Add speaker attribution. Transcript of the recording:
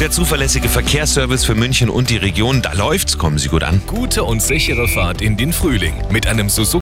Speaker 1: Der zuverlässige Verkehrsservice für München und die Region, da läuft's, kommen Sie gut an.
Speaker 2: Gute und sichere Fahrt in den Frühling mit einem Suzuki.